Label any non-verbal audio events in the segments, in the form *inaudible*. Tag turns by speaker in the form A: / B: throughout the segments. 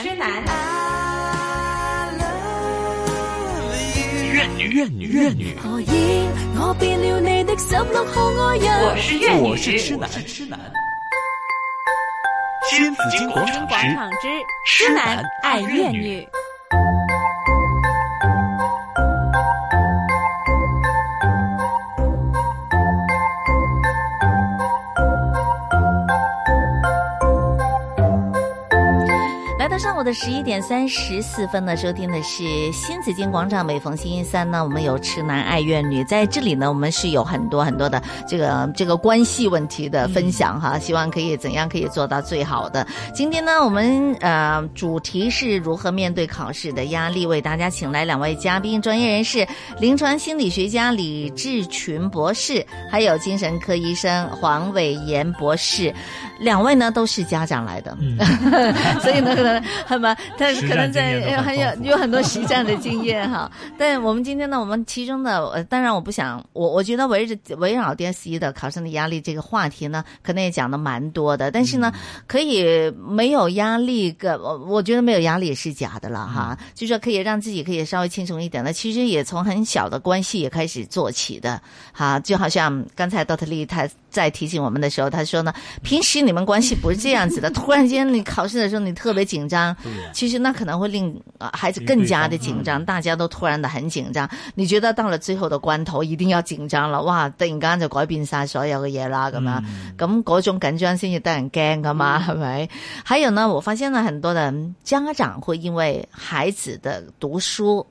A: 痴男，
B: 怨女，怨女，怨女。
C: 何以我變了你的十六號愛
A: 我
C: 人？
A: 是怨女，
B: 我是痴男，是痴男。新紫金广场
A: 广
B: 之
A: 场之痴男爱怨女。
C: 来到上午的十一点三十四分呢，收听的是新紫金广场。每逢星期三呢，我们有痴男爱怨女，在这里呢，我们是有很多很多的这个这个关系问题的分享哈，希望可以怎样可以做到最好的。今天呢，我们呃主题是如何面对考试的压力，为大家请来两位嘉宾，专业人士，临床心理学家李志群博士，还有精神科医生黄伟炎博士，两位呢都是家长来的。
D: 嗯，
C: *laughs* 所以呢，可能很嘛，但是
D: 实
C: 可
D: 战
C: 能在呃
D: 经验都很
C: 还有
D: 丰富
C: 有很多实战的经验哈。 *laughs* 但我们今天呢，我们其中的呃，当然我不想，我我觉得围着围绕 DSE 的考生的压力这个话题呢，可能也讲的蛮多的。但是
D: 嗯
C: 呢，可以没有压力个，我我觉得没有压力也是假的了哈。
D: 嗯
C: 就说可以让自己可以稍微轻松一点的，其实也从很小的关系也开始做起的。好，就好像刚才 Dr. Lee 他在提醒我们的时候，他说呢，平时你们关系不是这样子的，突然间你考试的时候你特别紧张，其实那可能会令、呃孩子更加的紧张，大家都突然的很紧张。你觉得到了最后的關頭一定要緊張啦，哇！突然間就改變晒所有嘅嘢啦，咁
D: 嗯
C: 樣咁嗰種緊張先至得人驚噶嘛，係咪？還有呢，我發現呢，很多人家長會因為孩子的讀書，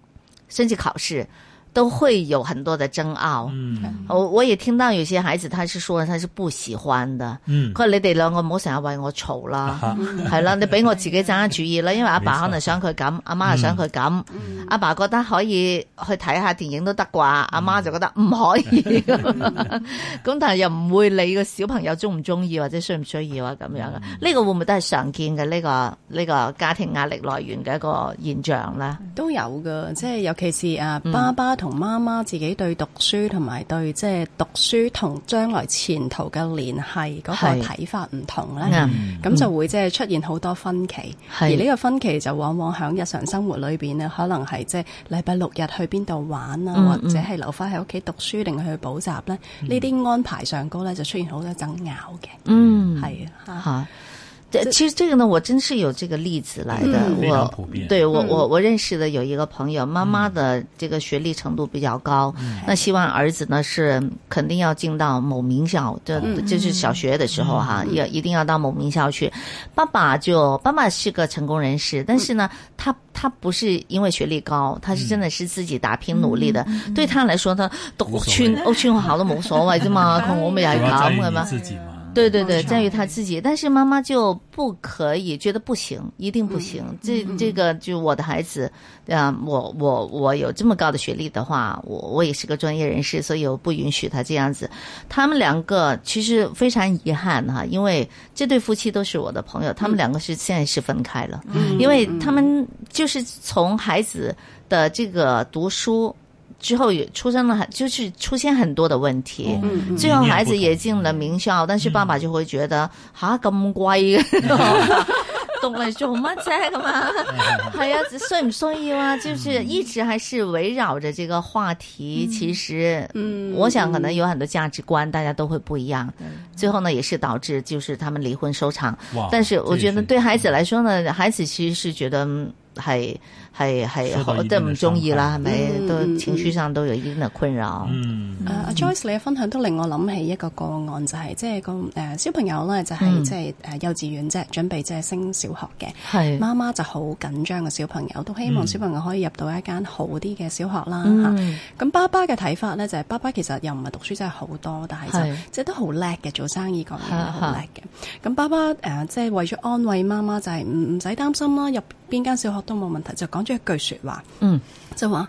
C: 甚至考試，都會有很多的爭拗。
D: 嗯
C: 我我也聽到有些孩子，他是說他是不喜歡的。
D: 嗯啊
C: 佢，話你哋兩個唔好成日為我嘈啦，係啦，你俾我自己揸主意啦。因為阿
D: 冇錯
C: 爸
D: 嗯
C: 可能想佢咁，阿媽又想佢咁，
E: 嗯
C: 阿爸覺得可以去睇下電影都得啩，
D: 嗯
C: 阿媽就覺得唔可以。 *laughs* 咁但係又唔會理個小朋友中唔中意或者需唔需要啊咁樣。
D: 嗯
C: 呢個會唔會都係常見嘅呢個呢個家庭壓力來源嘅一個現象咧？
E: 都有噶，即係尤其是啊，爸爸同媽媽自己對讀書同埋對即係讀書同將來前途嘅聯繫嗰
C: 係
E: 個睇法唔同咧，
C: 嗯
E: 咁就會即係出現好多分歧。而
C: 係
E: 呢個分歧就往往喺日常生活裏邊呢，可能係即係禮拜六日去邊度玩
C: 嗯
E: 啊，或者係留翻喺屋企讀書定係去補習咧，呢啲安排上高咧就出現好多爭拗嘅。
C: 嗯，
E: 係啊，
C: 好，这其实这个呢，我真是有这个例子来的。
E: 嗯
D: 非常普
C: 我
D: 遍
C: 对我
E: 嗯
C: 我我认识的有一个朋友，妈妈的这个学历程度比较高，那希望儿子呢是肯定要进到某名校，这
E: 嗯
C: 就是小学的时候哈，要一定要到某名校去。爸爸就爸爸是个成功人士，但是呢，他他不是因为学历高，他是真的是自己打拼努力的。对他来说，他读屋
D: 无所
C: 村屋村学哦校都冇所谓啫嘛，佢我咪又
D: 主
C: 系
D: 要在
C: 咁
D: 于
C: 噶
D: 你
C: 嘛。
D: 自己嘛。
C: 对对对，
E: 嗯
C: 在于他自己，但是妈妈就不可以觉得不行，一定不行。这这个就我的孩子，啊、我我我有这么高的学历的话，我我也是个专业人士，所以我不允许他这样子。他们两个其实非常遗憾哈，因为这对夫妻都是我的朋友，他们两个是现在是分开了，因为他们就是从孩子的这个读书。之后也出生了很，就是出现很多的问题。
E: 嗯嗯
C: 最后孩子也进了名校，但是爸爸就会觉得吓咁貴嘅。 *laughs* 懂嚟做乜啫咁啊？系啊，需唔需要啊？就是一直还是围绕着这个话题。其实，
E: 嗯
C: 我想可能有很多价值观，大家都会不一样。最后呢，也是导致就是他们离婚收场。
D: 哇
C: 但是我
D: 哦这
C: 觉
D: 也
C: 得
D: 是
C: 对孩子来说呢，孩子其实是觉得嗯系系系
D: 受到一定
C: 即係
D: 的
C: 唔中意啦，系
D: 傷
C: 咪？
E: 嗯
C: 都
E: 嗯
C: 情绪上都有一定的困扰。
D: 嗯，
E: 啊阿 Joyce 你嘅分享都令我諗起一個個案，就係即係個誒小朋友咧，就
C: 嗯
E: 係即係誒幼稚園啫，準備即係升小學嘅。
C: 系
E: 媽媽就好緊張嘅小朋友，都希望小朋友可以入到一間好啲嘅小學啦嚇。
C: 嗯
E: 咁爸爸嘅睇法咧就係、爸爸其實又唔係讀書真係好多，但係就
C: 係
E: 即係都好叻嘅，做生意各樣
C: 嚇
E: 嘢好叻嘅。咁爸爸誒、呃即係為咗安慰媽媽，就係唔唔使擔心啦，入邊間小學都冇問題，就講咗一句説話，
C: 嗯
E: 就話。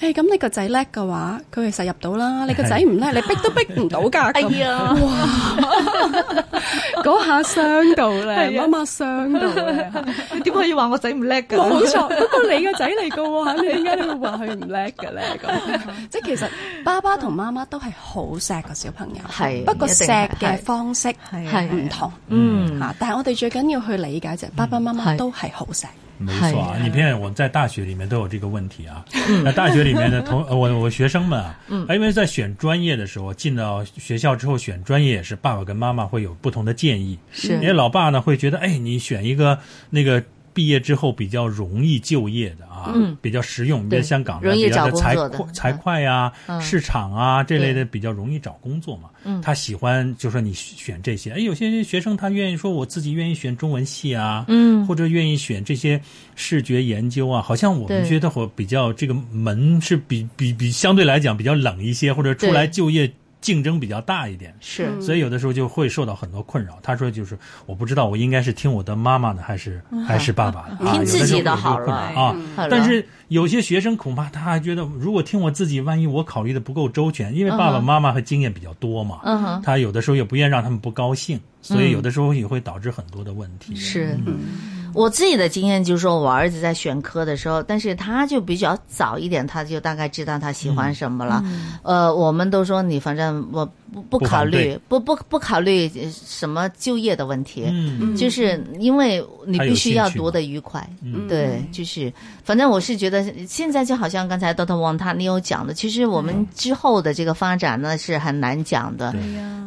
E: 誒、誒咁你個仔叻嘅話，佢其實入到
C: *laughs*
E: 啦。你個仔唔叻，你逼都逼唔到㗎。
C: 哎
E: 咁
C: 呀，
E: 嗰下傷到
C: 係
E: 咧，
C: 啊
E: 媽媽傷到咧。
C: 你點可以話我仔唔叻㗎？
E: *laughs* 冇錯，不過你個仔嚟嘅喎，你點解你會話佢唔叻嘅咧？咁 *laughs* 即係其實爸爸同媽媽都係好錫個小朋友，
C: 係
E: 不過
C: 一定
E: 錫
C: 係
E: 嘅方式係嗯
C: 係
E: 唔同
C: 嗯，
E: 嚇。但係我哋最緊要去理解就係爸爸媽
C: 係
E: 媽都係好錫。
D: 没错
C: 哎
D: 啊，你别看我在大学里面都有这个问题啊。那大学里面的
C: *laughs*
D: 同呃我我学生们啊，
C: 嗯
D: 因为在选专业的时候，进到学校之后选专业也是爸爸跟妈妈会有不同的建议。
C: 是
D: 因为老爸呢会觉得，哎，你选一个那个毕业之后比较容易就业的啊，
C: 嗯
D: 比较实用，比
C: 对
D: 如香港的
C: 容易
D: 比较的
C: 找工
D: 财
C: 作的
D: 会
C: 嗯
D: 财会呀、
C: 嗯
D: 市场啊这类的比较容易找工作嘛。
C: 嗯
D: 他喜欢就说你选这些，哎，有些学生他愿意说我自己愿意选中文系啊，
C: 嗯
D: 或者愿意选这些视觉研究啊，好像我们
C: 对
D: 觉得我比较这个门是比比比相对来讲比较冷一些，或者出
C: 对
D: 来就业竞争比较大一点。
C: 是
E: 嗯
D: 所以有的时候就会受到很多困扰。他说就是我不知道我应该是听我的妈妈呢，还是
C: 嗯
D: *laughs* 还是爸爸呢？啊
C: 听
D: 有
C: 自己
D: 的时候有这
C: 的
D: 个
C: 好
D: 困
C: 了
D: 扰啊。
C: 好了
D: 但是有些学生恐怕他还觉得，如果听我自己，万一我考虑的不够周全，因为爸
C: 嗯
D: 爸
C: 哼
D: 妈妈和经验比较多嘛，
C: 嗯哼，
D: 他有的时候也不愿让他们不高兴，所以
C: 嗯
D: 有的时候也会导致很多的问题。
C: 是
E: 嗯
C: 我自己的经验就是说，我儿子在选科的时候，但是他就比较早一点，他就大概知道他喜欢什么了。呃，我们都说你反正我不不
D: 不
C: 考
D: 反
C: 虑
D: 对，
C: 不不不考虑呃什么就业的问题，
D: 嗯，
C: 就是因为你
D: 他有
C: 必须
D: 兴
C: 要
D: 趣
C: 读
D: 嘛
C: 得愉快。
D: 嗯
C: 对，就是，反正我是觉得现在就好像刚才 Doctor Wang 他你有讲的，其实我们之后的这个发展呢是很难讲的。
A: 哎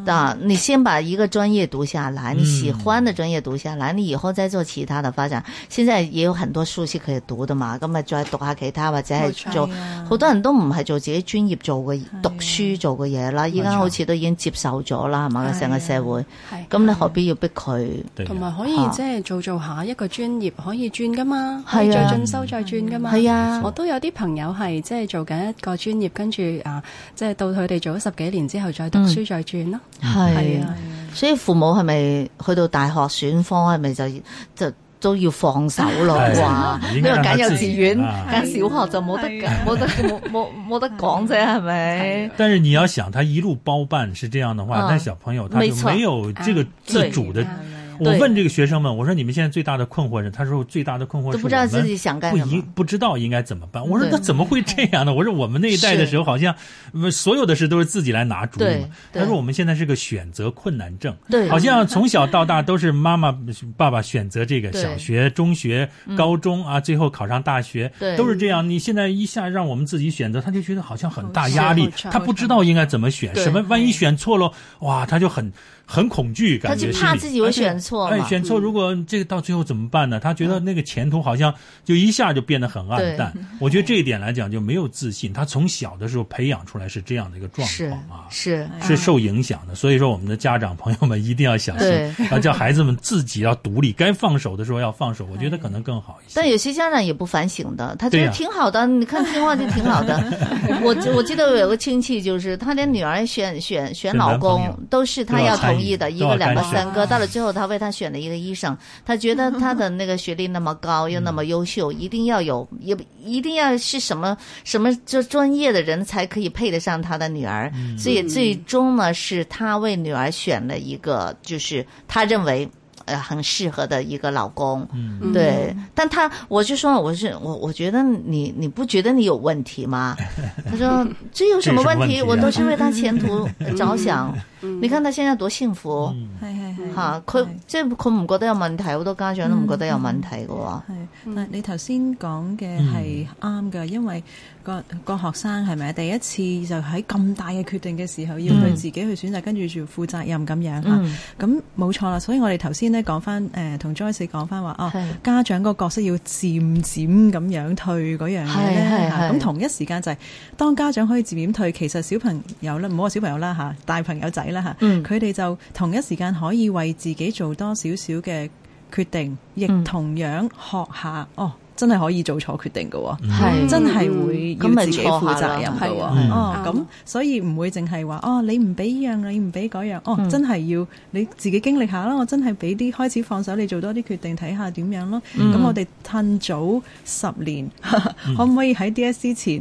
D: 对
C: 啊，你先把一个专业读下来，你喜
D: 嗯
C: 欢的专业读下来，你以后再做其他的发展。現在也有很多書先佢哋讀噶嘛，咁咪再讀下其他或者係
E: 冇錯
A: 哎
C: 做
E: 係啊。
C: 好多人都唔係做自己專業做嘅讀書做嘅嘢啦，依家好似都已經接受咗啦，係
D: 哎
C: 嘛？
E: 係
C: 成個社會，
E: 係
C: 咁你何必要逼佢？
D: 对呀
E: 同埋可以
C: 啊
E: 即係做做下一個專業可以轉噶嘛，
C: 係啊
E: 可以再進修再轉噶嘛。
C: 係啊
E: 我，都有啲朋友係即係做緊一個專業，跟住啊，即係到佢哋做咗十幾年之後再讀書再轉咯。
D: 嗯
C: 係
E: 嗯係啊。
C: 所以父母係咪去到大學選科係咪就就都要放手咯？
D: 係
C: 哎哇！
D: 應
C: 因
D: 該
C: 為
D: 讓
C: 揀
D: 佢
C: 幼
D: 自
C: 稚
D: 己
C: 園、
D: 啊
C: 揀小學就冇得
A: 係啊
C: 冇得冇冇冇得講啫，係咪？
D: 但是你要想，他一路包办是这样的话，
C: 嗯哎
D: 那小朋友他
C: 没
D: 就
C: 错
D: 没有这个自主的。
E: 啊
D: 我
C: 对
D: 问这个学生们，我说你们现在最大的困惑是？他说最大的困惑
C: 都
D: 是
C: 不知道
D: 我们
C: 自己想干
D: 不
C: 什
D: 一
C: 么。
D: 不知道应该怎么办。我说
C: 对
D: 那怎么会这样呢？我说我们那一代的时候，好像呃所有的事都是自己来拿主意
C: 对
D: 嘛。
C: 对
D: 他说我们现在是个选择困难症，
C: 对
D: 好像从小到大都是妈妈、爸爸选择这个
C: 对嗯
D: 小学、中学、高中啊，最后考上大学
C: 对，
D: 都是这样。你现在一下让我们自己选择，他就觉得好像很大压
E: 好
D: 力，
E: 长
D: 他不知道应该怎么选，
C: 对嗯
D: 什么万一选错了，哇，他就很很恐惧，
C: 他
D: 感
C: 就
D: 觉
C: 怕
D: 心里
C: 自己会选错
D: 哎，
C: 嘛。嗯
D: 选错，如果这个到最后怎么办呢？他觉得那个前途好像就一下就变得很暗淡。我觉得这一点来讲就没有自信，他从小的时候培养出来是这样的一个状
C: 是
D: 况啊。
C: 是，
D: 是受影响的，所以说我们的家长朋友们一定要小
C: 对
D: 心，要叫孩子们自己要独立，该放手的时候要放手，我觉得可能更好一些。
C: 但有些家长也不反省的，他觉
D: 对
C: 得
D: 呀
C: 挺好的，你看听话就挺
D: *laughs*
C: 好的。我我记得我有个亲戚，就是他连女儿选选选
D: 男
C: 老公
D: 朋友
C: 都是他
D: 都要
C: 要
D: 参
C: 同
D: 与
C: 意的，
D: 都
C: 一个、
D: 要
C: 两个、
D: 干涉
C: 三个，到了最后他为他选了一个医生，他觉得他的那个学历那么高又那
D: 嗯
C: 么优秀，一定要有也一定要是什么什么就专业的人才可以配得上他的女儿，
D: 嗯
C: 所以最终呢是他为女儿选了一个就是他认为呃很适合的一个老公，
D: 嗯
C: 对，但他我就说我是我我觉得你你不觉得你有问题
D: *laughs*
C: 吗？他说这有什么问
D: 这
C: 题？
D: 有什么问题啊
C: 我都是为他前
D: *laughs*
C: 途着想，你看他现在多幸福。
D: 嗯
A: 係係係
C: 吓，佢即係佢唔覺得有問題，好多家長都唔覺得有問題嘅喎。
A: 係，但係你頭先講嘅係
C: 嗯
A: 啱嘅，因為個個學生係咪啊第一次就喺咁大嘅決定嘅時候，要佢自己去選擇，跟住就負責任咁樣嚇。
C: 嗯
A: 咁冇錯啦，所以我哋頭先咧講翻誒同 Joyce 講翻話哦
C: 係，
A: 家長個角色要漸漸咁樣退嗰樣嘢
C: 係係
A: 咧嚇
C: 係
A: 咁同一時間就係、當家長可以漸漸退，其實小朋友啦，唔好話小朋友啦嚇，大朋友仔啦嚇，
C: 嗯
A: 佢哋、就同一時間可以為自己做多少少嘅決定，亦
C: 嗯
A: 同樣學下、哦。真係可以做錯決定嘅喎。
C: 係
A: 真係會
C: 咁咪
A: 要自己負責任嘅
E: 錯下啦
A: 喎，
D: 係
A: 哦
E: 啊啱
A: 咁，所以唔會淨係話哦，你唔俾依樣，你唔俾嗰樣，哦，真係要你自己經歷下啦。我真係俾啲開始放手，你做多啲決定，睇下點樣咯。咁我哋褪早十 *laughs* 年，可唔可以喺 DSE 前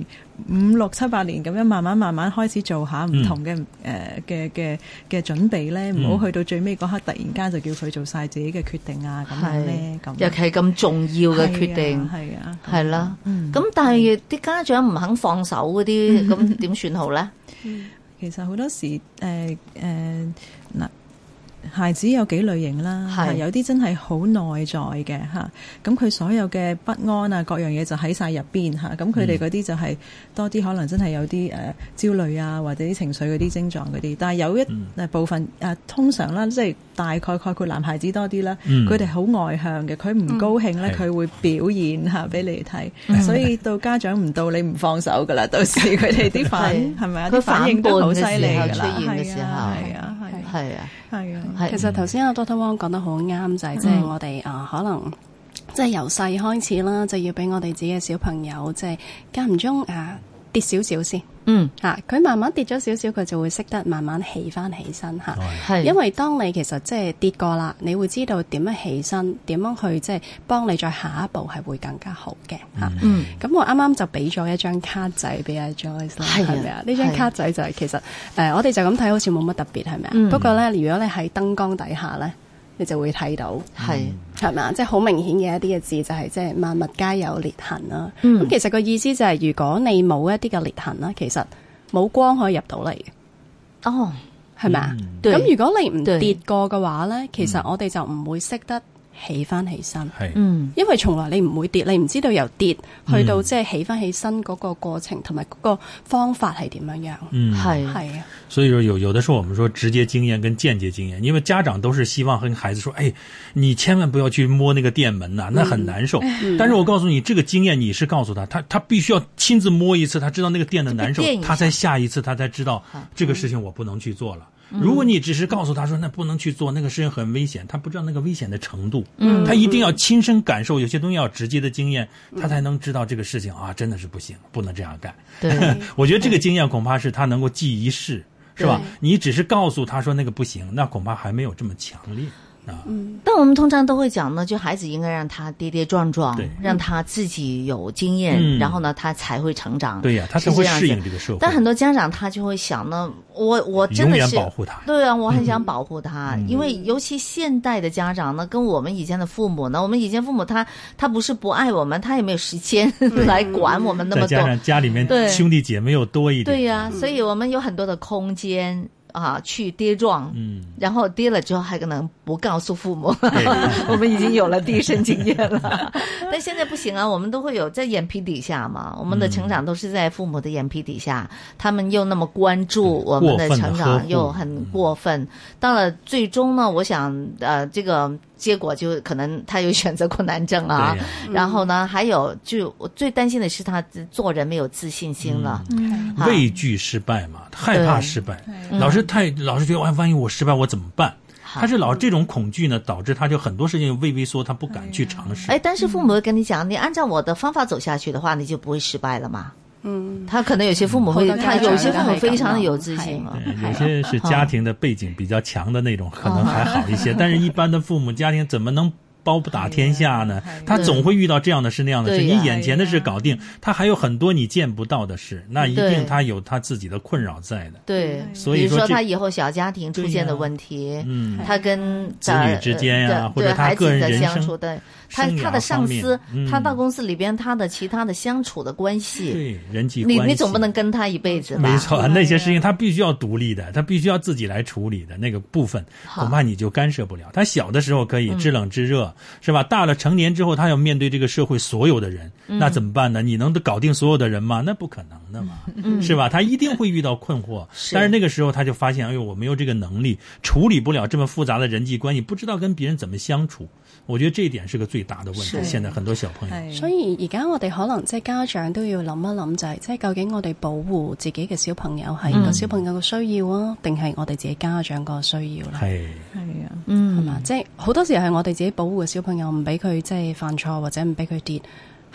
A: 五六七八年咁樣慢慢慢慢開始做下唔同嘅誒嘅嘅嘅準備咧？唔好去到最尾嗰刻突然間就叫佢做晒自己嘅決定啊咁樣咧
C: 係，
A: 咁。
C: 尤其係咁重要嘅決定，
A: 係啊，係啊
C: 係啦。咁但係啲家長唔肯放手嗰啲，咁點算好咧？
A: 其實好多時誒誒嗱。孩子有幾類型啦，
C: 係
A: 係有啲真係好內在嘅嚇，咁佢所有嘅不安啊，各樣嘢就喺晒入邊嚇，咁佢哋嗰啲就係多啲可能真係有啲誒、呃焦慮啊，或者啲情緒嗰啲症狀嗰啲，但係有一誒部分誒、呃通常啦，即係大概概括男孩子多啲啦，
D: 嗯
A: 佢哋好外向嘅，佢唔高興咧，佢、會表現嚇俾你睇，所以到家長唔到你唔放手噶啦，到時佢哋啲反
C: 係
A: 係咪啊？
C: 佢
A: 啲反應都好犀利㗎
C: 反
A: 啦，
C: 叛嘅時候出現嘅時候
A: 係啊，係啊，
C: 係啊，
A: 係啊，
C: 係
E: 其實頭先阿 Doctor Wong 講得好啱，就係即係我哋啊，可能即係由細開始啦，就要俾我哋自己嘅小朋友，即係間唔中啊跌少少先
C: 嗯
E: 嚇，佢慢慢跌咗少少，佢就會識得慢慢起翻起身
D: 哦
E: 嚇。
D: 哎
C: 係，
E: 因為當你其實即係跌過啦，你會知道點樣起身，點樣去即係幫你再下一步係會更加好嘅啊嚇。
C: 嗯
E: 咁我啱啱就俾咗一張卡仔俾阿 Joyce 啦，
C: 係啊
E: 係咪啊？呢張
C: 係
E: 卡仔就係其實誒、呃我哋就咁睇好似冇乜特別係咪啊？
C: 嗯
E: 不過咧，如果你喺燈光底下咧，你就會睇到。
D: 嗯
C: 係
E: 係咪啊？即係好明顯嘅一啲嘅字就係即係萬物皆有裂痕啦。咁、
C: 嗯
E: 其實個意思就係、如果你冇一啲嘅裂痕啦，其實冇光可以入到嚟嘅，
C: 哦，
E: 係咪啊？
C: 對
E: 咁、如果你唔
C: 嗯對
E: 跌過嘅話咧，其實我哋就唔會識得起翻起身。
D: 係
C: 嗯
E: 因為從來你唔會跌，你唔知道由跌去到
D: 嗯
E: 即係起翻起身嗰個過程，同埋嗰個方法係點樣樣。
D: 嗯，
C: 係
E: 係啊，
D: 所以说有有的时候我们说直接经验跟间接经验，因为家长都是希望跟孩子说，哎，你千万不要去摸那个电门呐、那很难受。但是我告诉你，这个经验你是告诉他，他他必须要亲自摸一次，他知道那个电的难受
C: 就被电，一下
D: 他才下一次他才知道这个事情我不能去做了。如果你只是告诉他说那不能去做，那个事情很危险，他不知道那个危险的程度，
C: 嗯
D: 他一定要亲身感受，有些东西要直接的经验，他才能知道这个事情啊，真的是不行，不能这样干。
C: 對。
D: *laughs* 我觉得这个经验恐怕是他能够记一世，是吧
E: 对？
D: 你只是告诉他说那个不行，那恐怕还没有这么强烈啊。
C: 但我们通常都会讲呢，就孩子应该让他跌跌撞撞
D: 对，
C: 让他自己有经验，
D: 嗯
C: 然后呢，他才会成长。
D: 对呀、他才
C: 是
D: 会
C: 这样
D: 适
C: 子
D: 应这个社会。
C: 但很多家长他就会想呢，我我真
D: 永
C: 的
D: 远
C: 是
D: 保护他。
C: 对啊，我很想保护他，
D: 嗯
C: 因为尤其现代的家长呢，跟我们以前的父母呢，我们以前父母他他不是不爱我们，他也没有时间 *laughs* 来管我们那
D: 再
C: 么
D: 加
C: 多。
D: 上家里面嗯
C: 对
D: 兄弟姐妹又多一点，
C: 对呀、所以我们有很多的空间啊，去跌撞。
D: 嗯，
C: 然后跌了之后还可能不告诉父母，
D: 对，
C: *laughs* 我们已经有了第一身经验了， *laughs* 但现在不行啊，我们都会有在眼皮底下嘛，我们的成长都是在父母的眼皮底下，他们又那么关注我们的成
D: 过分地呵护
C: 长，嗯又很过分。到了最终呢，我想呃，这个结果就可能他有选择困难症
D: 对
C: *laughs* 啊
D: 呀、，
C: *laughs* 然后呢，还有就我最担心的是他做人没有自信心了，啊
D: 畏惧失败嘛，害怕
C: 对
D: 失败，老是太老是觉得哎，万一我失败我怎么办？他是老这种恐惧呢，导致他就很多事情畏畏缩，他不敢去尝试。
C: 哎，但是父母会跟你讲，你按照我的方法走下去的话，你就不会失败了嘛。
E: 嗯，
C: 他可能有些父母嗯会
E: 好，多家
C: 他有些父
E: 长都
C: 母
E: 会
C: 非
E: 感
C: 常的
E: 到
C: 有自信了。
D: 嗯有些是
C: 啊
D: 家庭的背景比较强的那种，可能还好
C: *laughs*
D: 一些。但是，一般的父母家庭怎么能包打天下呢
A: 哎呀？
D: 他总会遇到这样的事那样的事。
C: 对
D: 你
C: 呀
D: 眼前的事搞定，他还有很多你见不到的事，那一
C: 对
D: 定他有他自己的困扰在的。
C: 对，
D: 所以
C: 比如
D: 说
C: 说
D: 这
C: 他以后小家庭出
D: 对
C: 现的
D: 呀
C: 问题，
D: 嗯，
C: 他跟
D: 子
C: 的
D: 女之间呀
C: 呃
D: 或
C: 对
D: 者他
C: 孩
D: 个
C: 子
D: 人
C: 的
D: 人
C: 相
D: 生
C: 处的，他
D: 生
C: 他
D: 涯
C: 的上
D: 方面
C: 司，他
D: 嗯
C: 到公司里边他的其他的相处的关系，
D: 对人际
C: 你
D: 关系，
C: 你总不能跟他一辈子吧？嗯
D: 没错，那些事情他必须要独立的，他必须要自己来处理的那个部分，
C: 好嗯
D: 恐怕你就干涉不了。他小的时候可以知冷知热，是吧？大了成年之后，他要面对这个社会所有的人，
C: 嗯
D: 那怎么办呢？你能搞定所有的人吗？那不可能的嘛，是吧？他一定会遇到困惑，
C: 嗯 *laughs* 是
D: 但是那个时候他就发现，哎呦，我没有这个能力，处理不了这么复杂的人际关系，不知道跟别人怎么相处。我觉得这一点是个最大的问题
C: 是。哎
D: 现在很多小朋友，
A: *laughs* 係
E: 所以而家我哋可能即係家長都要諗一諗，就係即係究竟我哋保護自己嘅小朋友係
D: 嗯
E: 個小朋友嘅需要啊，定係我哋自己家長個需要啦？
D: 哎，
A: 係啊，
C: 嗯
D: 嗯
E: 係嘛？即係好多時係我哋自己保護嘅小朋友，唔俾佢即係犯錯或者唔俾佢跌，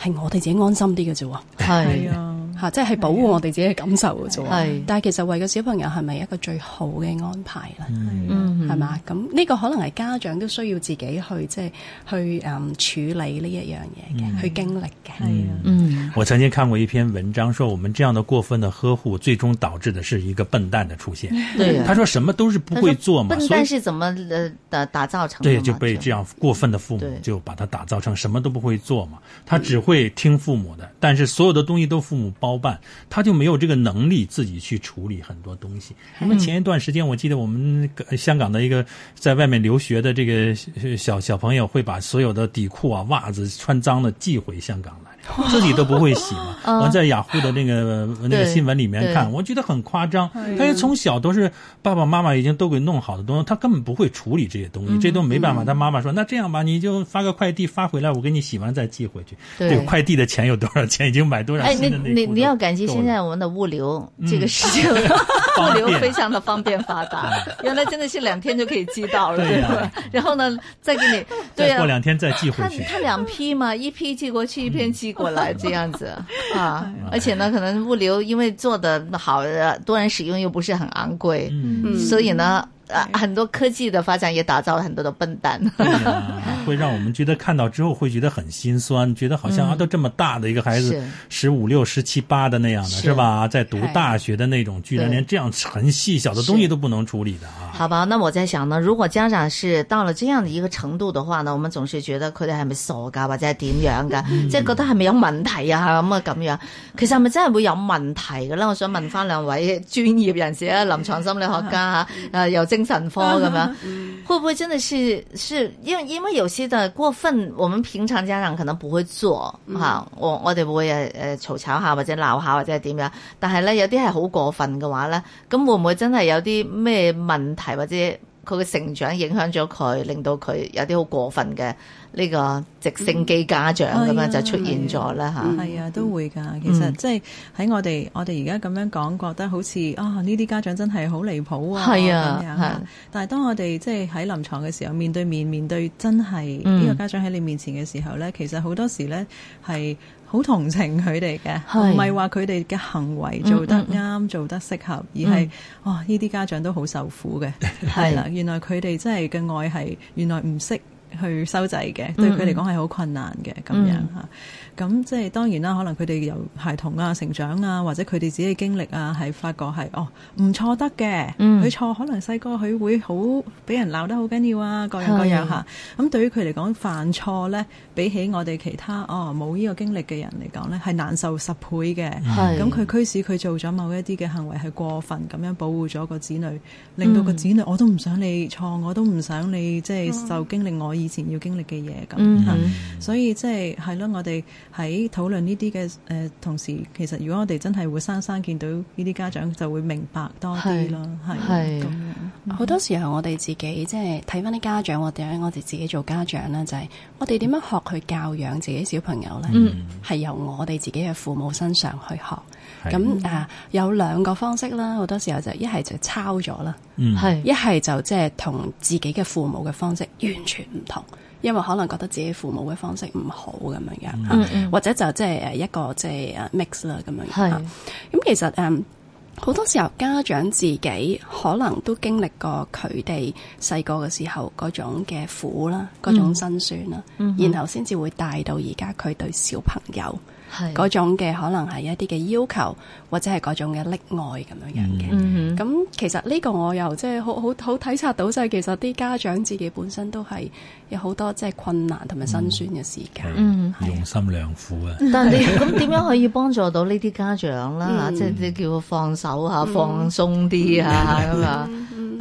E: 係我哋自己安心啲嘅啫喎。
C: 哎 *laughs* 係
A: 係啊，
E: 嚇，即係保護我哋自己嘅感受嘅啫
C: 係
E: 喎。但係其實為個小朋友係咪一個最好嘅安排咧？
C: 嗯
E: 係嘛？咁呢個可能係家長都需要自己去即係去嗯處理呢一樣嘢嘅，去經歷嘅。
A: 係啊，
C: 嗯
D: 我曾经看过一篇文章，说我们这样的过分的呵护，最终导致的是一个笨蛋的出现。
C: 对呀
D: 他说什么都是不会做嘛，
C: 笨
D: 所以
C: 蛋是怎么呃打打造成的嘛？
D: 对就被这样过分的父母
C: 对
D: 就把他打造成什么都不会做嘛，他只会听父母的，但是所有的东西都父母包办，他就没有这个能力自己去处理很多东西。我们前一段时间我记得我们呃香港的一个在外面留学的这个呃小小朋友会把所有的底裤啊袜子穿脏了寄回香港来。自己都不会洗
C: *laughs*
D: 嘛！我在雅虎的那个呃那个
C: 嗯对
D: 新闻里面
C: 对
D: 看，我觉得很夸张。
C: 哎
D: 他也从小都是爸爸妈妈已经都给弄好的东西，他根本不会处理这些
C: 嗯
D: 东西，这都没办法。他妈妈说：“那这样吧，你就发个快递发回来，我给你洗完再寄回去。”
C: 对
D: 这个快递的钱有多少钱？已经买多少
C: 哎，
D: 新
C: 你
D: 的内裤
C: 你
D: 都
C: 你要感激
D: 够
C: 现
D: 了嗯
C: 在我们的物流这个事
D: *laughs*
C: 情，物流非常的方便发达，原来真的是两天就可以寄到了，
D: 对呀
C: 吧？然后呢，再给你，
D: 再
C: 对啊呀
D: 过，两天再寄回
C: 他
D: 去。嗯
C: 他两批嘛，一批寄过去，一批寄过来，这样
D: *laughs*
C: 子
D: 哎
C: 啊。而且呢，可能物流因为做的好，呃多人使用又不是很昂贵，
D: 嗯，
E: 嗯
C: 所以呢，啊，很多科技的发展也打造了很多的笨蛋。
D: 对呀，会让我们觉得看到之后会觉得很心酸，觉得好像啊，都这么大的一个孩子
C: 嗯是，
D: 十五六、十七八的那样的
C: 是
D: 是吧？在读
E: 哎
D: 大学的那种，居然
C: 对
D: 连这样很细小的东西
C: 是
D: 都不能处理的啊！
C: 好吧，那我在想呢，如果家長是到了這樣的一個程度嘅話呢，我們總是覺得佢哋係咪傻㗎，或者係點樣㗎，即係覺得係咪有問題啊咁啊咁樣。其實係咪真係會有問題嘅咧？我想問翻兩位專業人士啊，臨床心理學家吓，誒又精神科咁樣， *laughs* 會唔會真的是是因為因為有些的過分，我們平常家長可能不會做吓、我我哋會誒誒嘈吵下或者鬧下或者係點樣，但係咧有啲係好過分嘅話咧。咁會唔會真係有啲咩問題或者佢嘅成長影響咗佢，令到佢有啲好過分嘅呢個直升機家長咁
A: 係啊
C: 樣就出現咗啦吓，
A: 係啊，都會㗎。其實即係喺我哋我哋而家咁樣講，覺得好似啊呢啲家長真係好離譜啊，
C: 係啊
A: 咁樣啊
C: 係
A: 但係當我哋即係喺臨床嘅時候，面對面面對真係
C: 嗯
A: 呢個家長喺你面前嘅時候咧，其實好多時咧係。好同情佢哋嘅，
C: 係
A: 唔係話佢哋嘅行為做得
C: 嗯
A: 啱、做得適合，而係哦呢啲家長都好受苦嘅，係啦。原來佢哋真係嘅愛係原來唔識去收制嘅，對佢嚟講係好困難嘅咁樣
C: 嗯
A: 嚇。咁、即係當然啦，可能佢哋由孩童啊成長啊，或者佢哋自己嘅經歷啊，係發覺係哦唔錯得嘅，佢、
C: 嗯
A: 錯可能細個佢會好俾人鬧得好緊要啊，各樣各樣嚇。咁對於佢嚟講，犯錯咧，比起我哋其他哦冇呢個經歷嘅人嚟講咧，係難受十倍嘅。
D: 嗯
C: 係
A: 咁佢驅使佢做咗某一啲嘅行為係過分咁樣保護咗個子女，
C: 嗯
A: 令到個子女我都唔想你錯，我都唔想你即係受經歷我以前要經歷嘅嘢咁
C: 嗯
D: 啊
A: 嚇。
C: 哼
A: 所以即係係咯，我哋喺討論呢啲嘅誒同時，其實如果我哋真係活生生見到呢啲家長，就會明白多啲咯，係
C: 係
A: 咁樣。
E: 好多時候我哋自己即係睇翻啲家長，或者我哋自己做家長咧，就係、我哋點樣學去教養自己小朋友咧，
A: 嗯
E: 係、由我哋自己嘅父母身上去學。
D: 係
E: 咁啊，有兩個方式啦，好多時候就一係就抄咗啦。
D: 嗯，
C: 係
E: 一係啊就即係同自己嘅父母嘅方式完全唔同，因為可能覺得自己父母嘅方式唔好咁樣樣，
C: 嗯嗯
E: 或者就即係呃誒一個即係誒 mix 啦咁樣樣。
C: 係
E: 啊咁其實誒。嗯好多時候家長自己可能都經歷過佢哋細個嘅時候嗰種嘅苦啦，嗰
C: 嗯
E: 種辛酸啦，然後先至會帶到而家佢對小朋友
C: 係
E: 嗰種嘅可能係一啲嘅要求，或者係嗰種嘅溺愛咁樣樣嘅。
C: 嗯哼
E: 咁其實呢個我又即係好好好體察到，就係其實啲家長自己本身都係有好多即係困難同埋辛酸嘅時間。
C: 嗯。
D: 用心良苦啊！
C: 但你咁點樣可以幫助到呢啲家長啦？即係你叫佢放手下、放鬆啲啊咁啊。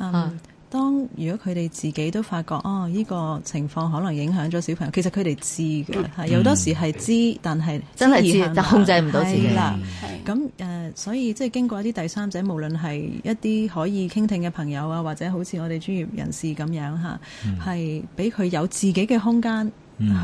A: 嗯，當如果佢哋自己都發覺哦，呢、個情況可能影響咗小朋友，其實佢哋知嘅，係有多時係知，但係
C: 嗯真係知
A: 而行
C: 但控制唔到自己
A: 係啦。
E: 係
A: 嗯咁誒、呃所以即係經過一啲第三者，無論係一啲可以傾聽嘅朋友啊，或者好似我哋專業人士咁樣嚇，
C: 嗯
A: 係俾佢有自己嘅空間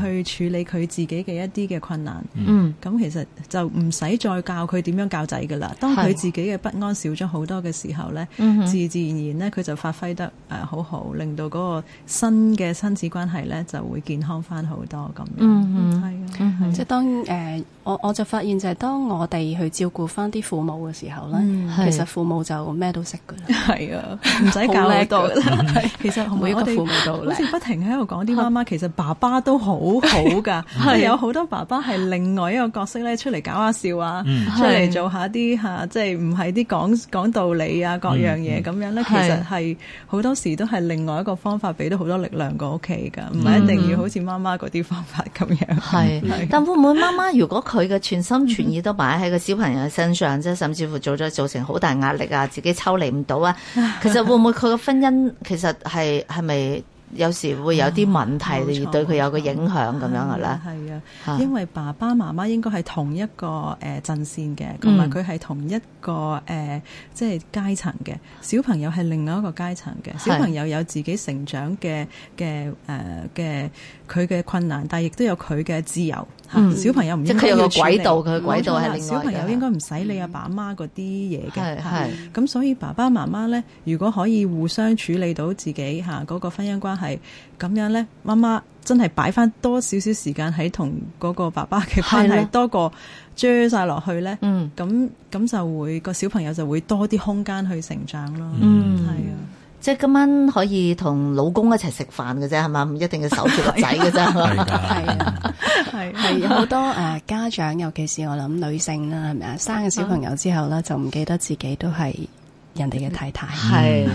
A: 去處理佢自己嘅一啲嘅困難。
C: 嗯
A: 咁其實就唔使再教佢點樣教仔噶啦。當佢自己嘅不安少咗好多嘅時候呢，
C: 嗯哼
A: 自自然然呢，佢就發揮得誒、呃好好，令到嗰個新嘅親子關係呢就會健康翻好多咁樣。
C: 嗯哼
A: 係啊，
E: 即係當誒、呃我我就發現就係當我哋去照顧翻啲父母嘅時候咧，
A: 嗯
E: 其
C: 係
E: 實父母就咩都識噶啦。
A: 係 *laughs* 啊，唔使教我
E: 好叻㗎
A: 哋。嗯其實同埋
E: 每一個
A: 我哋
E: 父母都好
A: 啊好
E: 叻
A: 似不停喺度講啲媽媽，其實爸爸都好好 *laughs* 㗎，即係有好多爸爸係另外一個角色咧，出嚟搞下笑啊，
D: 嗯
A: 出嚟
C: 係
A: 做下啲嚇，即係唔係啲講講道理啊，各樣嘢咁樣咧。其
C: 係
A: 實係好多時都係另外一個方法，俾到好多力量個屋企㗎，唔係一定要好似媽媽嗰啲方法咁樣。嗯
C: 係，但會唔會媽媽如果佢嘅全心全意都擺喺個小朋友嘅身上啫，甚至乎做咗造成好大壓力啊，自己抽離唔到啊，其實會唔會佢嘅婚姻其實係係咪有時會有啲問題，
A: 啊冇錯
C: 而對佢有個影響咁樣嘅咧？
A: 係啊，係
C: 嚇
A: 啊，因為爸爸媽媽應該係同一個誒、呃、陣線嘅，同埋
C: 嗯
A: 佢係同一個誒、呃即係階層嘅。小朋友係另外一個階層嘅，
C: 係
A: 小朋友有自己成長嘅嘅誒嘅佢嘅困難，但係亦都有佢嘅自由。嚇
C: 嗯
A: 小朋友唔
C: 即係
A: 應
C: 佢
A: 該
C: 有
A: 要
C: 個
A: 處理
C: 軌道佢嘅軌道係
A: 冇
C: 另外嘅
A: 錯啦小朋友應該唔使理阿爸阿媽嗰啲嘢
C: 係
A: 嘅。嚇
C: 係
A: 咁所以爸爸媽媽呢，如果可以互相處理到自己嚇嗰、個婚姻關係，咁樣呢，媽媽真係擺翻多少少時間喺同嗰個爸爸嘅關
C: 係
A: 係
C: 啦，
A: 多過追晒落去呢。
C: 嗯
A: 咁咁就會個小朋友就會多啲空間去成長咯。
C: 嗯
A: 係啊。
C: 即係今晚可以同老公一齊食飯嘅啫，係嘛？唔一定要守住個仔嘅啫，係
D: 係
C: 嘛
A: *laughs*
D: 㗎，
E: 係啊，
A: 係
E: 係有好多誒家長，尤其是我諗女性啦，係咪啊？生咗小朋友之後咧，就唔記得自己都係人哋嘅太太。
C: 係，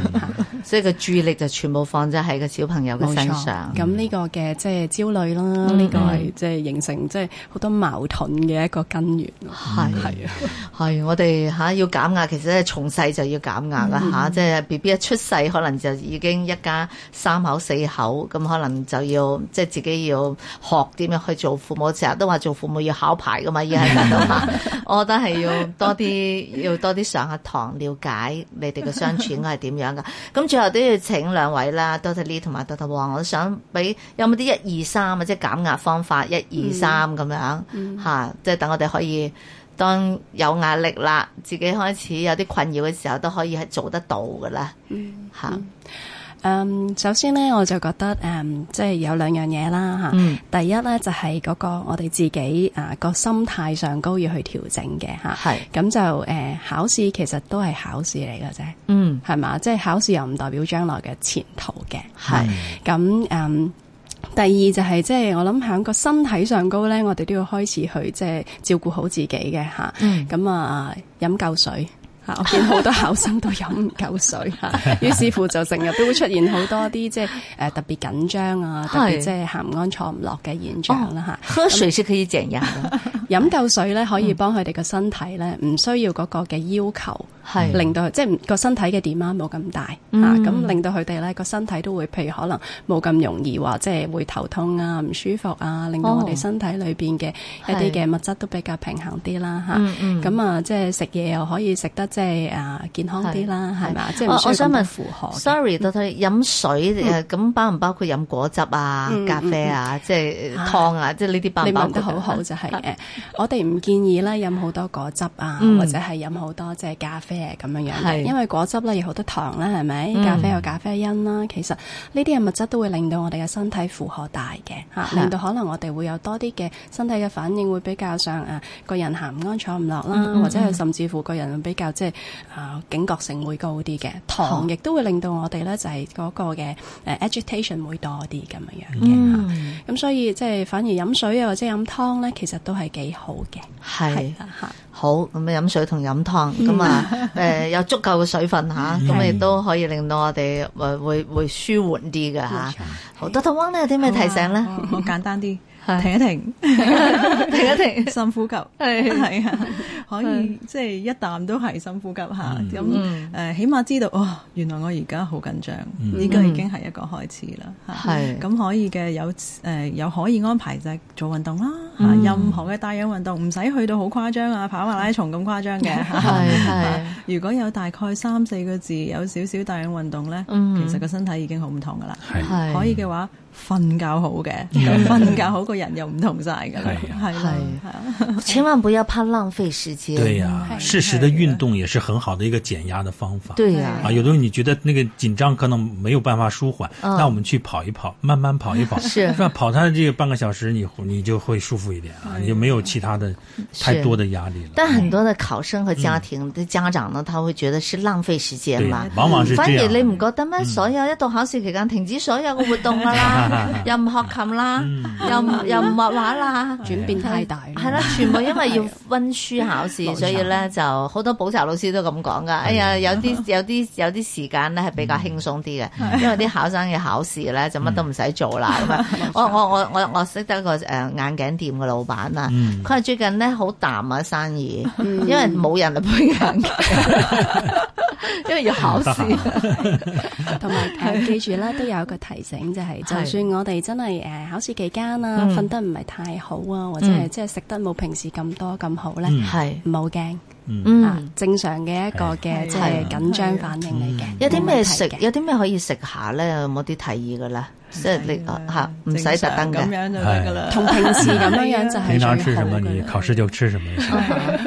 C: 所以個注意力就全部放咗喺個小朋友嘅
E: 冇
C: 身
E: 錯，
C: 哦上。嗯
E: 咁呢個嘅即係焦慮啦，呢個係即係形成即係好多矛盾嘅一個根源咯。
C: 係係我哋吓、要減壓，其實咧從細就要減壓啦吓，即係 B B 一出世，可能就已經一家三口四口，咁可能就要即係自己要學點樣去做父母，成日都話做父母要考牌噶嘛，而係大到嘛，我覺得係要多啲要多啲上下堂，了解你哋嘅相處應該係點樣噶。咁最後都要請兩位啦，Doctor Lee 同埋 Doctor Wong，我都想俾有冇啲一二三啊，即係減壓方法一二三咁樣嚇、即係等我哋可以當有壓力啦，自己開始有啲困擾嘅時候，都可以係做得到噶啦嚇。
E: 嗯，首先呢，我就覺得誒、嗯即係有兩樣嘢啦嚇。
C: 嗯
E: 第一呢，就係、嗰個我哋自己啊個心態上高要去調整嘅嚇。
C: 係
E: 咁就誒、呃考試其實都係考試嚟嘅啫，
C: 嗯
E: 係嘛？即係考試又唔代表將來嘅前途嘅。
C: 係
E: 咁誒、嗯第二就係即係我諗喺個身體上高咧，我哋都要開始去即係照顧好自己嘅嚇。
C: 嗯
E: 咁啊，飲夠水。嚇！我見好
C: *laughs*
E: 多考生都飲唔夠水嚇，於是乎就成日都會出現好多啲即係誒特別緊張啊，特
C: 係哦
E: 別即係行唔安坐唔落嘅現象啦嚇。
C: 喝水是可以減壓的，
E: 飲夠水咧，可以幫佢哋個身體咧，唔需要嗰個嘅要求，
C: 係
E: 令到即係個身體嘅 demand 冇咁大嚇，
C: 嗯
E: 咁、令到佢哋咧個身體都會譬如可能冇咁容易話即係會頭痛啊、唔舒服啊，令到
C: 哦
E: 我哋身體裏邊嘅一啲嘅物質都比較平衡啲啦嚇。
C: 嗯嗯
E: 咁啊，即係食嘢又可以食得即係啊健康啲啦，
C: 係
E: 係嘛？即係
C: 我
E: 唔需要
C: 我想
E: 咁多
C: 問
E: 負荷嘅。嗯
C: Sorry，到佢飲水誒，咁包唔包括飲果汁啊、
E: 嗯
C: 咖啡啊、即係
E: 啊
C: 湯啊，即係呢啲包唔
E: 你
C: 包
E: 問
C: 括
E: 得好
C: 啊？
E: 好就係、誒，我哋唔建議咧飲好多果汁啊，
C: 嗯
E: 或者係飲好多即係咖啡啊咁樣樣
C: 係
E: 嘅，因為果汁咧有好多糖啦，係咪？
C: 嗯
E: 咖啡有咖啡因啦，其實呢啲嘅物質都會令到我哋嘅身體負荷大嘅嚇、
C: 係
E: 令到可能我哋會有多啲嘅身體嘅反應會比較上誒個人行唔安坐唔落啦，
C: 嗯嗯
E: 或者係甚至乎個人會比較即係啊警覺性會高啲嘅，
C: 糖
E: 糖亦都會令到我哋咧就係、嗰個嘅誒 agitation 會多啲咁樣樣嘅嚇。
C: 嗯，
E: 咁所以即係反而飲水啊或者飲湯咧，其實都係幾好嘅，啊
C: 係。
E: 啦嚇。
C: 好，咁啊飲水同飲湯，
E: 嗯
C: 咁啊，誒、有足夠嘅水分嚇，咁亦都可以令到我哋誒會會舒緩啲嘅嚇
E: 冇錯。
C: 好，Dr. Wong 咧有啲咩
E: 啊
C: 提
E: *laughs*
C: 醒咧？
A: 我我簡單啲
C: 係，
A: 停一停，
C: *laughs* 停一停
A: 深呼吸，
C: 係
A: 係啊，可以即係一啖都係深呼吸下，咁誒起碼知道哦，原來我而家好緊張，呢個已經係一個開始啦嚇。
C: 係
A: 咁可以嘅有誒有可以安排就係做運動啦嚇，任何嘅帶氧運動唔使去到好誇張啊，跑馬拉松咁誇張嘅嚇
C: 係係
A: 如果有大概三四個字有少少帶氧運動咧，
C: 嗯
A: 其實個身體已經好唔同噶啦。
D: 係
A: 可以嘅話，瞓覺好嘅，咁瞓覺好個人又唔同晒㗎啦，
D: 係啊
A: 係啦，係啊
C: 千萬不要怕浪費時接。
D: 对呀、
E: 嗯
D: 适时的运动也是很好的一个减压的方法。
C: 对呀、
D: 啊，有的时候你觉得那个紧张可能没有办法舒缓，
C: 嗯
D: 那我们去跑一跑，慢慢跑一跑，
C: 是
D: 是吧？跑它这个半个小时，你你就会舒服一点啊，你就没有其他的太多的压力了。
C: 但很多的考生和家庭的家長呢，他會覺得是浪費時間
D: 对
C: 嘛。，
D: 往往是
C: 反
D: 这
C: 而
D: 样。嗯
C: 你唔覺得咩？所有一到考試期間停止所有嘅活動㗎
D: *laughs*
C: 啦，又唔學琴啦，
D: 嗯
C: 又唔又唔畫畫啦。
E: 轉變太大啦
C: 係啦，全部因為要温書考試，
E: 冇錯
C: 所以咧就好多補習老師都咁講噶。哎呀，有啲有啲有啲時間咧係比較輕鬆啲嘅，因為啲考生嘅考試咧就乜都唔使做啦咁啊。我我我我我識得個誒眼鏡店嘅老闆啊，佢話最近咧好淡啊生意，因為冇人嚟配眼鏡，因為要考試。
E: 同埋誒，記住啦，都有一個提醒，就係、
C: 係
E: 就算我哋真係誒、呃考試期間啊，
C: 嗯
E: 瞓、得唔係太好啊，或者係即係食得冇平時咁多咁好咧，
D: 嗯
C: 係，
E: 唔好驚
D: 嗯，
C: 嗯
E: 啊。，正常嘅一個嘅
A: 係啊嗯
E: 即
C: 係
E: 係緊張反應嚟嘅。
C: 有啲咩
E: 冇問題
C: 食？
E: 嘅
C: 有啲咩可以食下咧？有冇啲提議嘅咧？即係你啊嚇唔
A: 啊
C: 使
A: 正
C: 特登
A: 常
C: 嘅
A: 咁。樣就得噶啦。
E: 同平時咁樣樣就
C: *laughs* 啊
D: 平
E: 係
D: 常吃
E: 最好
D: 什
E: 嘅
D: 么，你
E: 啦
D: 考试就吃什么。是吧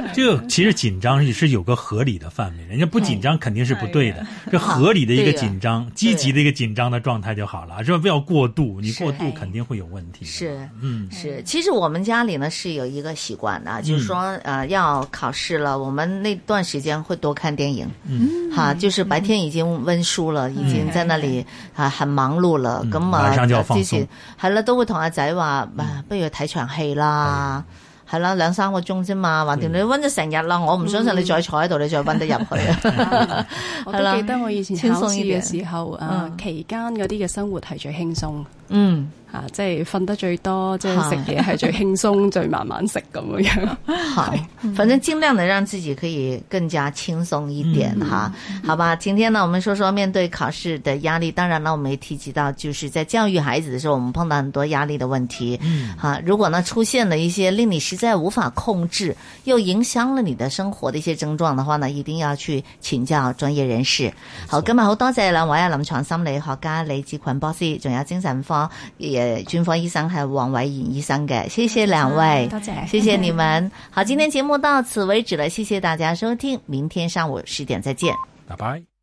D: *laughs* 就其实紧张也是有个合理的范围，人
C: 哎
D: 家不紧张肯定是不对的。这合理的
C: 啊
D: 一个紧张，积极的一个紧张的状态就好了，是吧？不要过度，你过度肯定会有问题。
C: 哎是，
D: 嗯，
C: 是，其实我们家里呢是有一个习惯的，就是说，呃，要考试了，我们那段时间会多看电影，
D: 嗯，
C: 哈，就是白天已经温书了，已经在那里啊很忙碌了，
D: 嗯
C: 咁啊，
D: 晚上就要放鬆嗯
C: 之前係啦，都會同阿仔話，啊不如睇場戲啦。係啦，兩三個鐘啫嘛，
D: 嗯
C: 橫掂你温咗成日啦，我唔相信你再坐喺度，你再温得入去
D: *laughs*
C: 啊！
E: *laughs* 我
C: 係啦
E: 都記得我以前考試
C: 輕鬆
E: 嘅
C: 一
E: 時候，啊
C: 嗯
E: 期間嗰啲嘅生活係最輕鬆
C: 嗯，
E: 嚇，即係瞓得最多，即係食嘢係最輕鬆，最慢慢食咁樣。
C: 好，反正尽量的让自己可以更加轻松一点、哈，好吧。今天呢，我们说说面对考试的压力，当然了，我们也提及到，就是在教育孩子的时候，我们碰到很多压力的问题，嗯，哈，如果呢出现了一些令你实在无法控制，又影响了你的生活的一些症状的话呢，一定要去请教专业人士。好，今日好多謝兩位啊，臨床心理學家李志群博士，仲有精神科誒專科醫生係黃偉賢醫生嘅，謝謝兩位，
E: 多謝
C: 謝
E: *laughs*
C: 謝你們。好，今天節目到此為止了，謝謝大家收聽，明天上午十點再見。
D: 拜拜。